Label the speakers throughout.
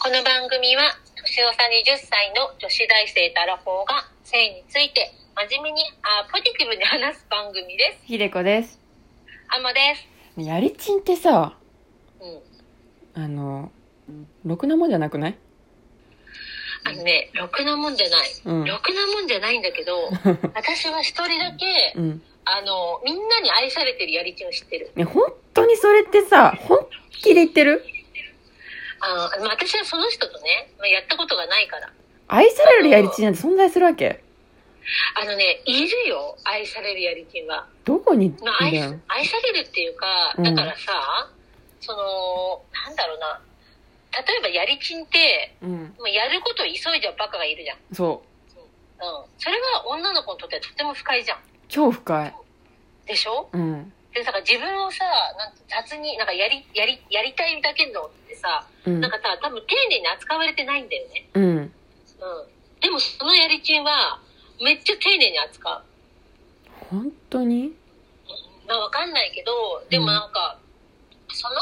Speaker 1: この番組は年の差20歳の女子大生たらフォーが性について真面目にあーポジティブに話す番組です
Speaker 2: ひでこです
Speaker 1: あまです
Speaker 2: やりちんってさ
Speaker 1: うん
Speaker 2: あのろくなもんじゃなくない
Speaker 1: あのねろくなもんじゃない
Speaker 2: うん
Speaker 1: ろくなもんじゃないんだけど私は一人だけ
Speaker 2: うん
Speaker 1: あのみんなに愛されてるやりちんを知ってる
Speaker 2: ね本当にそれってさ本気で言ってる
Speaker 1: あのまあ私はその人とね、まあ、やったことがないから
Speaker 2: 愛されるやりちんなんて存在するわけ
Speaker 1: あのねいるよ愛されるやりちんは
Speaker 2: どこに
Speaker 1: まあ、
Speaker 2: い
Speaker 1: 愛
Speaker 2: る
Speaker 1: す
Speaker 2: ん
Speaker 1: 愛されるっていうか
Speaker 2: うん
Speaker 1: だからさ、そのなんだろうな例えばやりちんって
Speaker 2: うん
Speaker 1: もうやることを急いじゃうバカがいるじゃん、
Speaker 2: そ
Speaker 1: うん、それは女の子にとってはとても不快じゃん
Speaker 2: う超深い
Speaker 1: でしょ
Speaker 2: うん
Speaker 1: でだから自分をさなんて雑になんかやりやりやりたいだけのってさ、
Speaker 2: うん
Speaker 1: なんかさ多分丁寧に扱われてないんだよね、
Speaker 2: うん
Speaker 1: うん、でもそのやりちんはめっちゃ丁寧に扱う
Speaker 2: 本当に
Speaker 1: まあ、わかんないけどでもなんか、その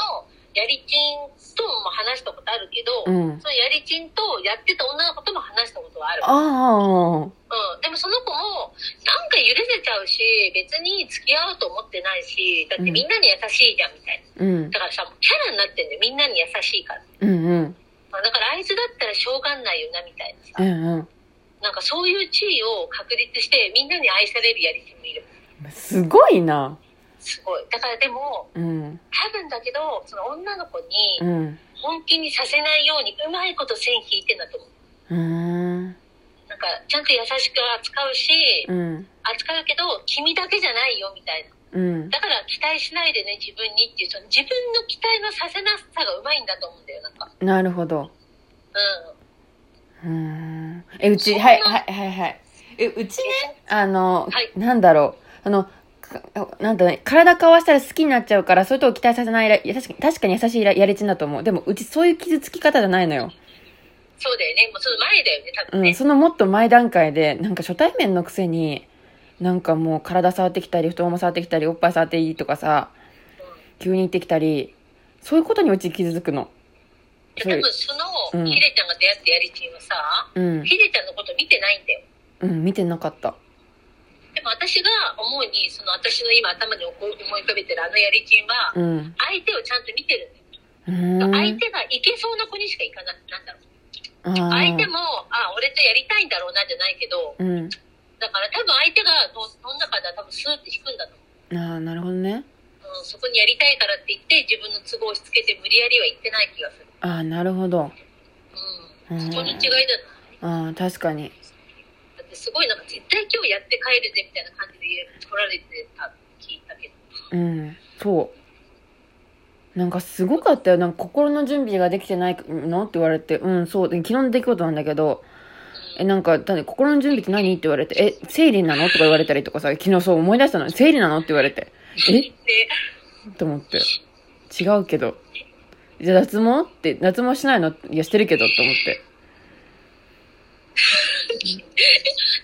Speaker 1: やりちんとも話したことあるけ
Speaker 2: う
Speaker 1: ど、
Speaker 2: ん
Speaker 1: そのやりちんとやってた女の子とも話したことはある、
Speaker 2: あ
Speaker 1: う
Speaker 2: あ
Speaker 1: ん、でもその子もなんか許せちゃうし別に付き合おうと思ってないしだってみんなに優しいじゃんみたいな
Speaker 2: うん
Speaker 1: だからさキャラになってんだよみんなに優しいから、
Speaker 2: うんうん
Speaker 1: まあ、だからあいつだったらしょうがないよなみたいなさ、
Speaker 2: うんうん
Speaker 1: なんかそういう地位を確立してみんなに愛されるやりちんもいる
Speaker 2: すごいな
Speaker 1: すごいだからでも
Speaker 2: うん
Speaker 1: 多分だけどその女の子に
Speaker 2: うん
Speaker 1: 本気にさせないようにうまいこと線引いてんだと思う
Speaker 2: うーん
Speaker 1: なんかちゃんと優しく扱うし、
Speaker 2: うん
Speaker 1: 扱うけど君だけじゃないよみたいな
Speaker 2: うん
Speaker 1: だから期待しないでね自分にっていうその自分の期待のさせなさがうまいんだと思うんだよなんか
Speaker 2: なるほど
Speaker 1: うん
Speaker 2: うーんえう
Speaker 1: そ
Speaker 2: ち
Speaker 1: んな
Speaker 2: はいはいはいはいえうちねあの、
Speaker 1: はい
Speaker 2: なんだろうあのかなんだろうね体かわしたら好きになっちゃうからそういうとこ期待させないらいや確かに確かに優しいらやりちんだと思うでもうちそういう傷つき方じゃないのよ、
Speaker 1: そうだよねもうその前だよね多
Speaker 2: う
Speaker 1: 分
Speaker 2: ん、
Speaker 1: ね、
Speaker 2: そのもっと前段階でなんか初対面のくせになんかもう体触ってきたり太もも触ってきたりおっぱい触っていいとかさ急に言ってきたりそういうことにうち傷つくの
Speaker 1: で
Speaker 2: そうい
Speaker 1: 多
Speaker 2: う
Speaker 1: 分そ
Speaker 2: うん
Speaker 1: のヒデちゃんが出会ってやりちんはさ
Speaker 2: うん、
Speaker 1: ヒデちゃんのこと見てないんだよ
Speaker 2: うん、見てなかった
Speaker 1: でも私が思うにその私の今頭に思い浮かべてるあのやりちんは
Speaker 2: うん
Speaker 1: 相手をちゃんと見てるんだよ
Speaker 2: うー
Speaker 1: 相
Speaker 2: ん
Speaker 1: 手がいけそうな子にしかいかなくなんだろう
Speaker 2: あ
Speaker 1: 相手
Speaker 2: ー
Speaker 1: もあ俺とやりたいんだろうなじゃないけど
Speaker 2: うん
Speaker 1: だから多分相手がどどの中では多分スーって引くんだと
Speaker 2: ああなるほどね
Speaker 1: 思う、うん、そこにやりたいからって言って自分の都合を押し付けて無理やりは言ってない気がする
Speaker 2: ああなるほど
Speaker 1: う
Speaker 2: うん
Speaker 1: んそこの違いだな
Speaker 2: ああ確かに
Speaker 1: だってすごいなんか絶対今日やって帰るぜみたいな感じで取られてたって聞いたけど
Speaker 2: うんそうなんかすごかったよなんか心の準備ができてないのって言われてうんそうで昨日の出来事なんだけどえなんかだって心の準備って何って言われてえ生理なのとか言われたりとかさ昨日そう思い出したの生理なのって言われてえ
Speaker 1: で
Speaker 2: と思って違うけどじゃあ脱毛って脱毛しないのいやしてるけどと思って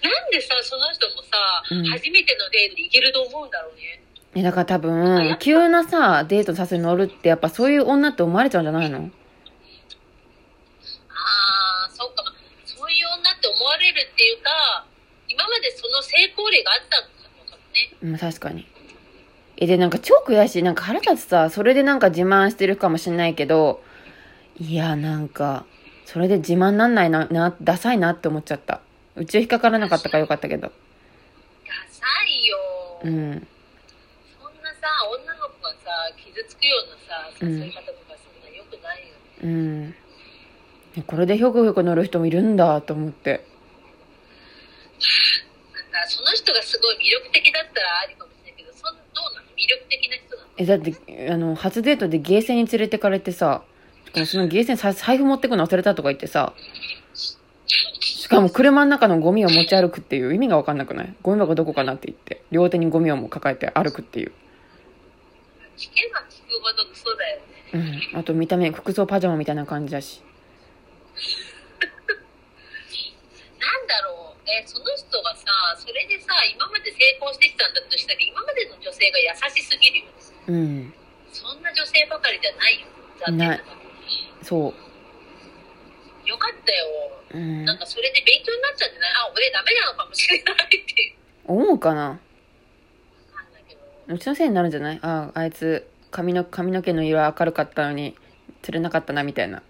Speaker 1: なんでさその人もさ、
Speaker 2: うん
Speaker 1: 初めてのデートでいけると思うんだろうね
Speaker 2: えだから多分急なさデートさせる乗るってやっぱそういう女って思われちゃうんじゃないの
Speaker 1: ああそうか、まあ、そういう女って思われるっていうか今までその成功例があったのかもね
Speaker 2: まあ確かにえでなんか超悔しいなんか腹立つさそれでなんか自慢してるかもしれないけどいやなんかそれで自慢なんないななダサいなって思っちゃったうちは引っかからなかったからよかったけど
Speaker 1: ダサいよ、
Speaker 2: うん
Speaker 1: そんなさ女の子がさ傷つくようなさ
Speaker 2: うん
Speaker 1: 誘い方とかそんなよくないよ、
Speaker 2: うんこれでひょこひょこ乗る人もいるんだと思って
Speaker 1: なんかその人がすごい魅力的だったらありかもしれないけどそんどうなの魅力的な人なの
Speaker 2: えだってあの初デートでゲーセンに連れてかれてさしかもそのゲーセンさ財布持ってくの忘れたとか言ってさしかも車の中のゴミを持ち歩くっていう意味が分かんなくないゴミ箱どこかなって言って両手にゴミをもう抱えて歩くっていう、
Speaker 1: 聞けば聞くほど嘘だよね
Speaker 2: うん、あと見た目服装パジャマみたいな感じだし
Speaker 1: なんだろうえその人がさそれでさ今まで成功してきたんだとしたら今までの女性が優しすぎるよ
Speaker 2: うん
Speaker 1: そんな女性ばかりじゃないよだって
Speaker 2: ないそう
Speaker 1: ったよ。
Speaker 2: うん
Speaker 1: なんかそれで勉強になっちゃうんじゃないあ、俺ダメなのかもしれないって。
Speaker 2: 思うかな
Speaker 1: なんだけど。
Speaker 2: うちのせいになるんじゃないあああいつ髪の髪の毛の色は明るかったのに釣れなかったなみたいな
Speaker 1: で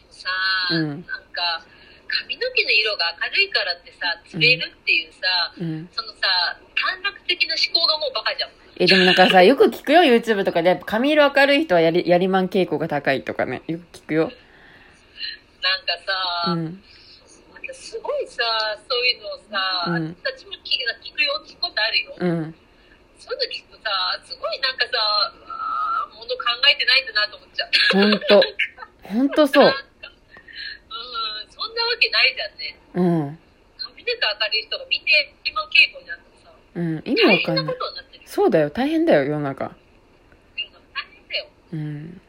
Speaker 1: もさ、
Speaker 2: うん
Speaker 1: なんか、髪の毛の色が明るいからってさ、釣れるっていうさ、
Speaker 2: うん
Speaker 1: そのさ、短絡的な思考がもうバカじゃん。
Speaker 2: えでもなんかさよく聞くよ YouTube とかでやっぱ髪色明るい人はやりやりまん傾向が高いとかねよく聞くよ
Speaker 1: なんか
Speaker 2: う
Speaker 1: さ、
Speaker 2: ん
Speaker 1: なんかすごいさ、そういうのをさ、
Speaker 2: うん
Speaker 1: 私たちも聞聞くよ、聞くことあるよ。
Speaker 2: うん
Speaker 1: そういうの聞くとさ、すごいなんかさ、あーもの考えてないんだなと思っちゃう。
Speaker 2: ほんとほんとそう
Speaker 1: うん、そんなわけないじゃんね。
Speaker 2: うん
Speaker 1: 髪の毛明るい人がみんな今傾向になってさ、
Speaker 2: うん意味
Speaker 1: 大
Speaker 2: わ
Speaker 1: 変
Speaker 2: か
Speaker 1: なん
Speaker 2: な
Speaker 1: こ
Speaker 2: い
Speaker 1: とになってる。
Speaker 2: そうだよ大変だよ世の中
Speaker 1: 大変だよ。
Speaker 2: うん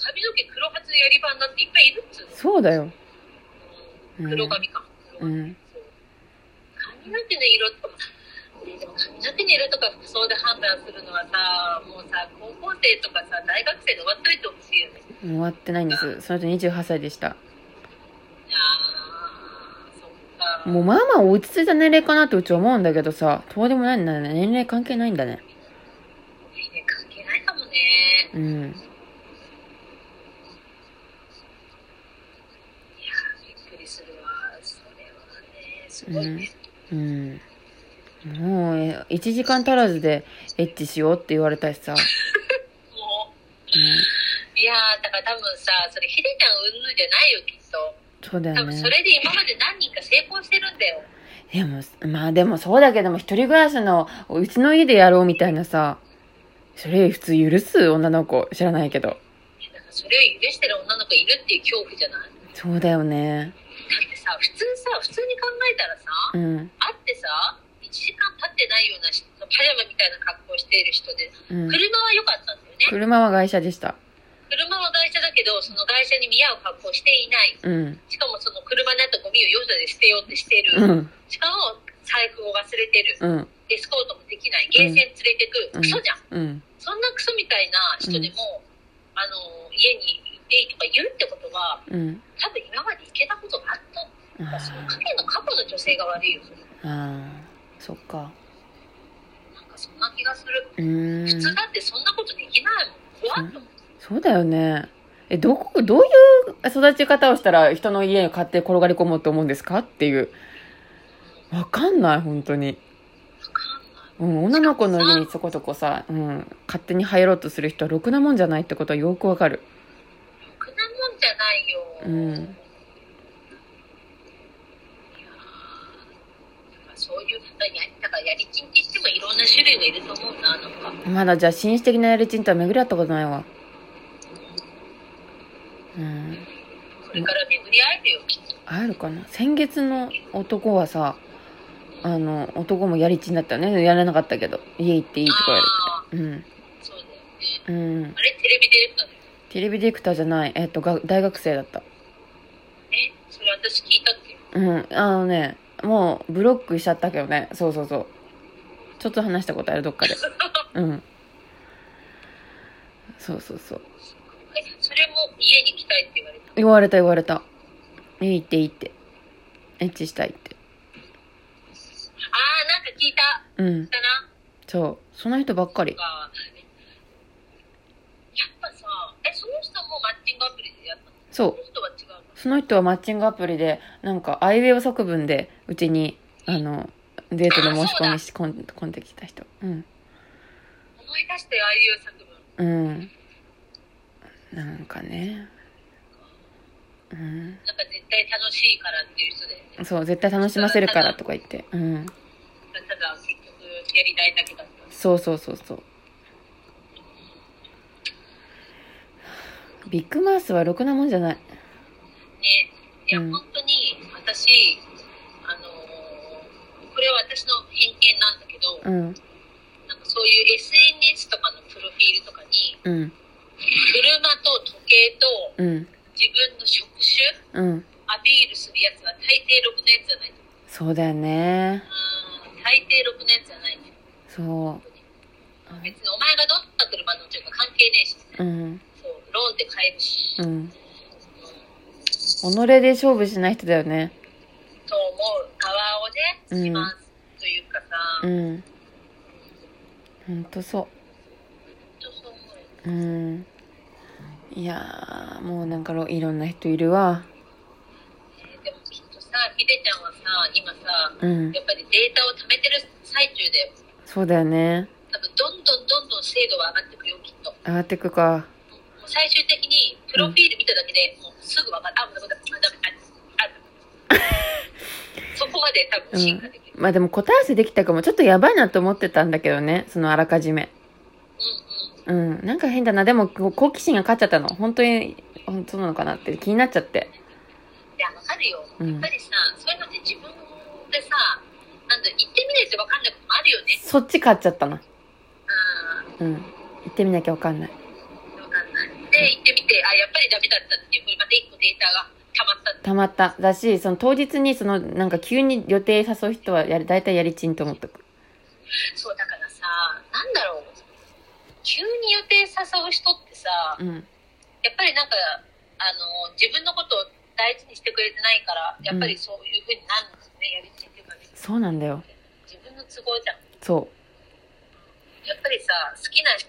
Speaker 1: 髪の毛黒髪のやり場になっていっぱいいるっつうの。
Speaker 2: そうだよ
Speaker 1: うん黒髪か。
Speaker 2: う
Speaker 1: 黒髪
Speaker 2: ん
Speaker 1: そう髪の毛の色とか、ねでも髪の毛の色とか服装で判断するのはさ、もうさ、高校生とかさ、大学生で終わっといてほしいよね。
Speaker 2: 終わってないんですその人28歳でした
Speaker 1: いやー、そっか。
Speaker 2: もうまあまあ落ち着いた年齢かなってうちは思うんだけどさどうでもないんだね年齢関係ないんだね
Speaker 1: いいね関係ないかもね。
Speaker 2: うん
Speaker 1: いやー、びっくりするわ。それはね、すごいね。
Speaker 2: うんもうえ1時間足らずでエッチしようって言われたしさ、
Speaker 1: もう
Speaker 2: うん、
Speaker 1: いやー、だから多分さ、それヒデちゃんうんぬんじゃないよ、きっと。
Speaker 2: そうだ
Speaker 1: 多
Speaker 2: よ
Speaker 1: 分
Speaker 2: ね
Speaker 1: それで今まで何人か成功してるんだよ。
Speaker 2: でもまあでもそうだけども一人暮らしのうちの家でやろうみたいなさそれ普通許す女の子知らないけど
Speaker 1: だからそれを許してる女の子いるっていう恐怖じゃないだ
Speaker 2: そうだよね
Speaker 1: ってさ、普通さ、普通に考えたらさ、
Speaker 2: うん
Speaker 1: 会ってさ、1時間経ってないような人、パジャマみたいな格好している人で、
Speaker 2: うん
Speaker 1: 車は良かったんだよね。
Speaker 2: 車は外車でした
Speaker 1: 車は外車だけど、その外車に見合う格好していない。
Speaker 2: うん
Speaker 1: しかもその車にあったゴミを夜空で捨てようってしてる。
Speaker 2: うん
Speaker 1: しかも財布を忘れてる。
Speaker 2: うん
Speaker 1: エスコートもできない。ゲーセン連れてく。
Speaker 2: うん
Speaker 1: クソじゃん。
Speaker 2: うん
Speaker 1: そんなクソみたいな人でも、あの、家にいていいとか言うってことは、
Speaker 2: うん
Speaker 1: 多分今まで行けたことがあったん
Speaker 2: あ
Speaker 1: だ。その家の過去の女性が悪いよ。それ
Speaker 2: ーあーそっか
Speaker 1: なんかそんな気がする。
Speaker 2: うーん
Speaker 1: 普通だってそんなことできないもん。怖っと思って。
Speaker 2: そうだよね。え、どこ、どういう育ち方をしたら人の家に買って転がり込もうと思うんですかっていう。わかんない、本当に。
Speaker 1: わかんない。
Speaker 2: うん、女の子の家にそこそこさ、うん、勝手に入ろうとする人はろくなもんじゃないってことはよくわかる。
Speaker 1: ろくなもんじゃないよ。い
Speaker 2: うん
Speaker 1: やーだからそういう、だからやだからやりちんって言ってもいろんな種類がいると思うな、なんか。
Speaker 2: まだじゃあ紳士的なやりちんとは巡り合ったことないわ。うん。
Speaker 1: これから巡り会えるよ、きっと。
Speaker 2: あるかな先月の男はさ、あの、男もやりちんだったよね。やらなかったけど。家行っていいとか
Speaker 1: ああ、
Speaker 2: 言われて。
Speaker 1: そうだよね。
Speaker 2: うん。うん。
Speaker 1: あれテレビ出るから
Speaker 2: テレビディレクターじゃない、えっと、が大学生だった。
Speaker 1: ね。それ私聞いたっけ
Speaker 2: うん、あのね、もうブロックしちゃったけどね、そうそうそう。ちょっと話したことある、どっかで。うん。そうそうそう。
Speaker 1: えそれも家に来たいって言われた。
Speaker 2: 言われた言われた。いいっていいって。エッチしたいって。
Speaker 1: ああ、なんか聞いた。
Speaker 2: うん、
Speaker 1: だな。
Speaker 2: そう。その人ばっかり。
Speaker 1: がやっぱさ、え、その人もマッチングアプリでやったの
Speaker 2: そ
Speaker 1: その人は違うの
Speaker 2: う。その人はマッチングアプリで、なんか、アイウェイ作文で、うちに、あの、デートの申し込みし、こん、こんできた人。うん。
Speaker 1: 思い出したよ、ああいう作文。
Speaker 2: うん。なんかね。うん。
Speaker 1: なんか絶対楽しいからっていう人で、
Speaker 2: そう、絶対楽しませるからとか言って。うん。
Speaker 1: ただ結局やりたいだけだった。
Speaker 2: そうそうそうそう。ビッグマウスはろくなもんじゃない。
Speaker 1: ね、いや、
Speaker 2: うん
Speaker 1: 本当に私、あのーこれは私の偏見なんだけど、
Speaker 2: うん。
Speaker 1: なんかそういう SNS とかのプロフィールとかに、
Speaker 2: うん。
Speaker 1: 車と時計と
Speaker 2: うん。
Speaker 1: 自分の職種、
Speaker 2: うん。
Speaker 1: アピールするやつは大抵ろくなやつじゃないと思
Speaker 2: そうだよね。
Speaker 1: う。うーん、大抵ろくなやつじゃない。
Speaker 2: そ
Speaker 1: 別にお前がどんな車乗っちゃうか関係ねえし、
Speaker 2: う。うん。
Speaker 1: そうローンで買えるし。
Speaker 2: うん。
Speaker 1: うん
Speaker 2: 己で勝負しない人だよね。
Speaker 1: と思う側をね
Speaker 2: うん
Speaker 1: 自慢というかさ、
Speaker 2: うん。ほんとそ
Speaker 1: 本当そう思うよ
Speaker 2: う。うん。いやー、もうなんかろいろんな人いるわ。
Speaker 1: ねでもきっとさひでちゃんはさ今さ
Speaker 2: うん。
Speaker 1: やっぱりデータを貯めてる最中で
Speaker 2: そうだよね。
Speaker 1: 多分どんどんどんどん精度は上がってくよきっと
Speaker 2: 上がってくか。
Speaker 1: もう最終的にプロフィール見ただけでもうすぐ分かる、あもうダメダメああ そこまで多分進化できる、
Speaker 2: まあでも答え合わせできたかも。ちょっとやばいなと思ってたんだけどね。そのあらかじめ。
Speaker 1: うんうん
Speaker 2: うん。なんか変だな。でもこ好奇心が勝っちゃったの。本当に、本当なのかなって気になっちゃって。
Speaker 1: いや分かるよ
Speaker 2: う
Speaker 1: や
Speaker 2: ん
Speaker 1: っぱ。りさそういうのって自分でさなんだ言ってみないと分かんないこともあるよね
Speaker 2: そっち勝っちゃったな。
Speaker 1: う
Speaker 2: うん。行ってみなきゃわかんない。
Speaker 1: ん分かんないで行ってみてあやっぱりダメだったっていうふうにまた一個データが溜まったって
Speaker 2: たまった。だし、その当日に、その、なんか急に予定誘う人はやり、大体やりちんと思っとく。
Speaker 1: そうだからさなんだろう急に予定誘う人ってさ
Speaker 2: うん。
Speaker 1: やっぱりなんかあの自分のことを大事にしてくれてないからやっぱりそういうふうになるんですね、やりちんっていうかね
Speaker 2: そうなんだよ。
Speaker 1: 自分の都合じゃん
Speaker 2: そ
Speaker 1: やっぱりさ好きな好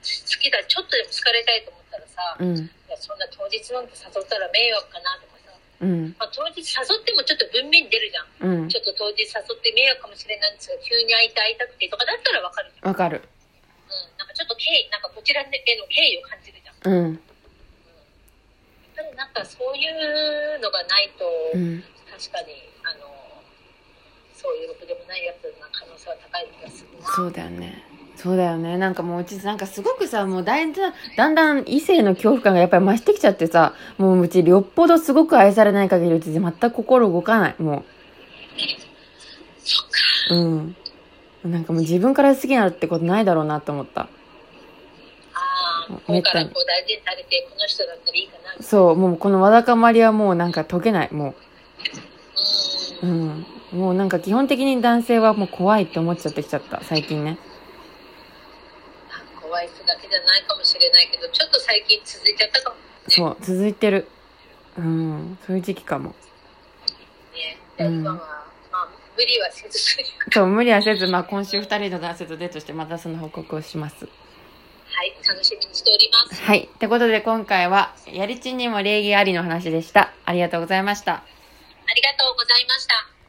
Speaker 1: きだちょっとでも好かれたいと思ったらさ、
Speaker 2: う。うん。
Speaker 1: いやそんな当日なんて誘ったら迷惑かなとかさ、
Speaker 2: うん。
Speaker 1: まあ、当日誘ってもちょっと文面に出るじゃん
Speaker 2: うん。
Speaker 1: ちょっと当日誘って迷惑かもしれないんですが急に会いたい会いたくてとかだったらわかるじゃん、
Speaker 2: わかる。
Speaker 1: うん、なんかちょっと敬意なんかこちらへの敬意を感じるじゃんや
Speaker 2: うん。
Speaker 1: っぱりなんかそういうのがないと、
Speaker 2: うん。
Speaker 1: 確かにあのそういうろくでもないやつな可能性は高い気がするな
Speaker 2: そうだよね。そうだよね。なんかもううち、なんかすごくさ、もうだいだだんだん異性の恐怖感がやっぱり増してきちゃってさ、もううち、よっぽどすごく愛されない限り、うち全く心動かない。も
Speaker 1: そっか
Speaker 2: う。うん。なんかもう自分から好きになるってことないだろうなと思った。
Speaker 1: ああこうからこう大事にされてこの人だったらいいかなう
Speaker 2: そう、もうこのわだかまりはもうなんか解けない。もう。うんん、もうなんか基本的に男性はもう怖いって思っちゃってきちゃった最近ね
Speaker 1: 怖い人だけじゃないかもしれないけどちょっと最近続いちゃったかも
Speaker 2: そう続いてるうんそういう時期かも
Speaker 1: ね、
Speaker 2: うん
Speaker 1: 今は、まあ、無理はせずというか
Speaker 2: そう無理はせず、まあ、今週2人の男性とデートしてまたその報告をします
Speaker 1: はい楽しみにしております
Speaker 2: はいってことで今回はやりちんにも礼儀ありの話でしたありがとうございました
Speaker 1: ありがとうございました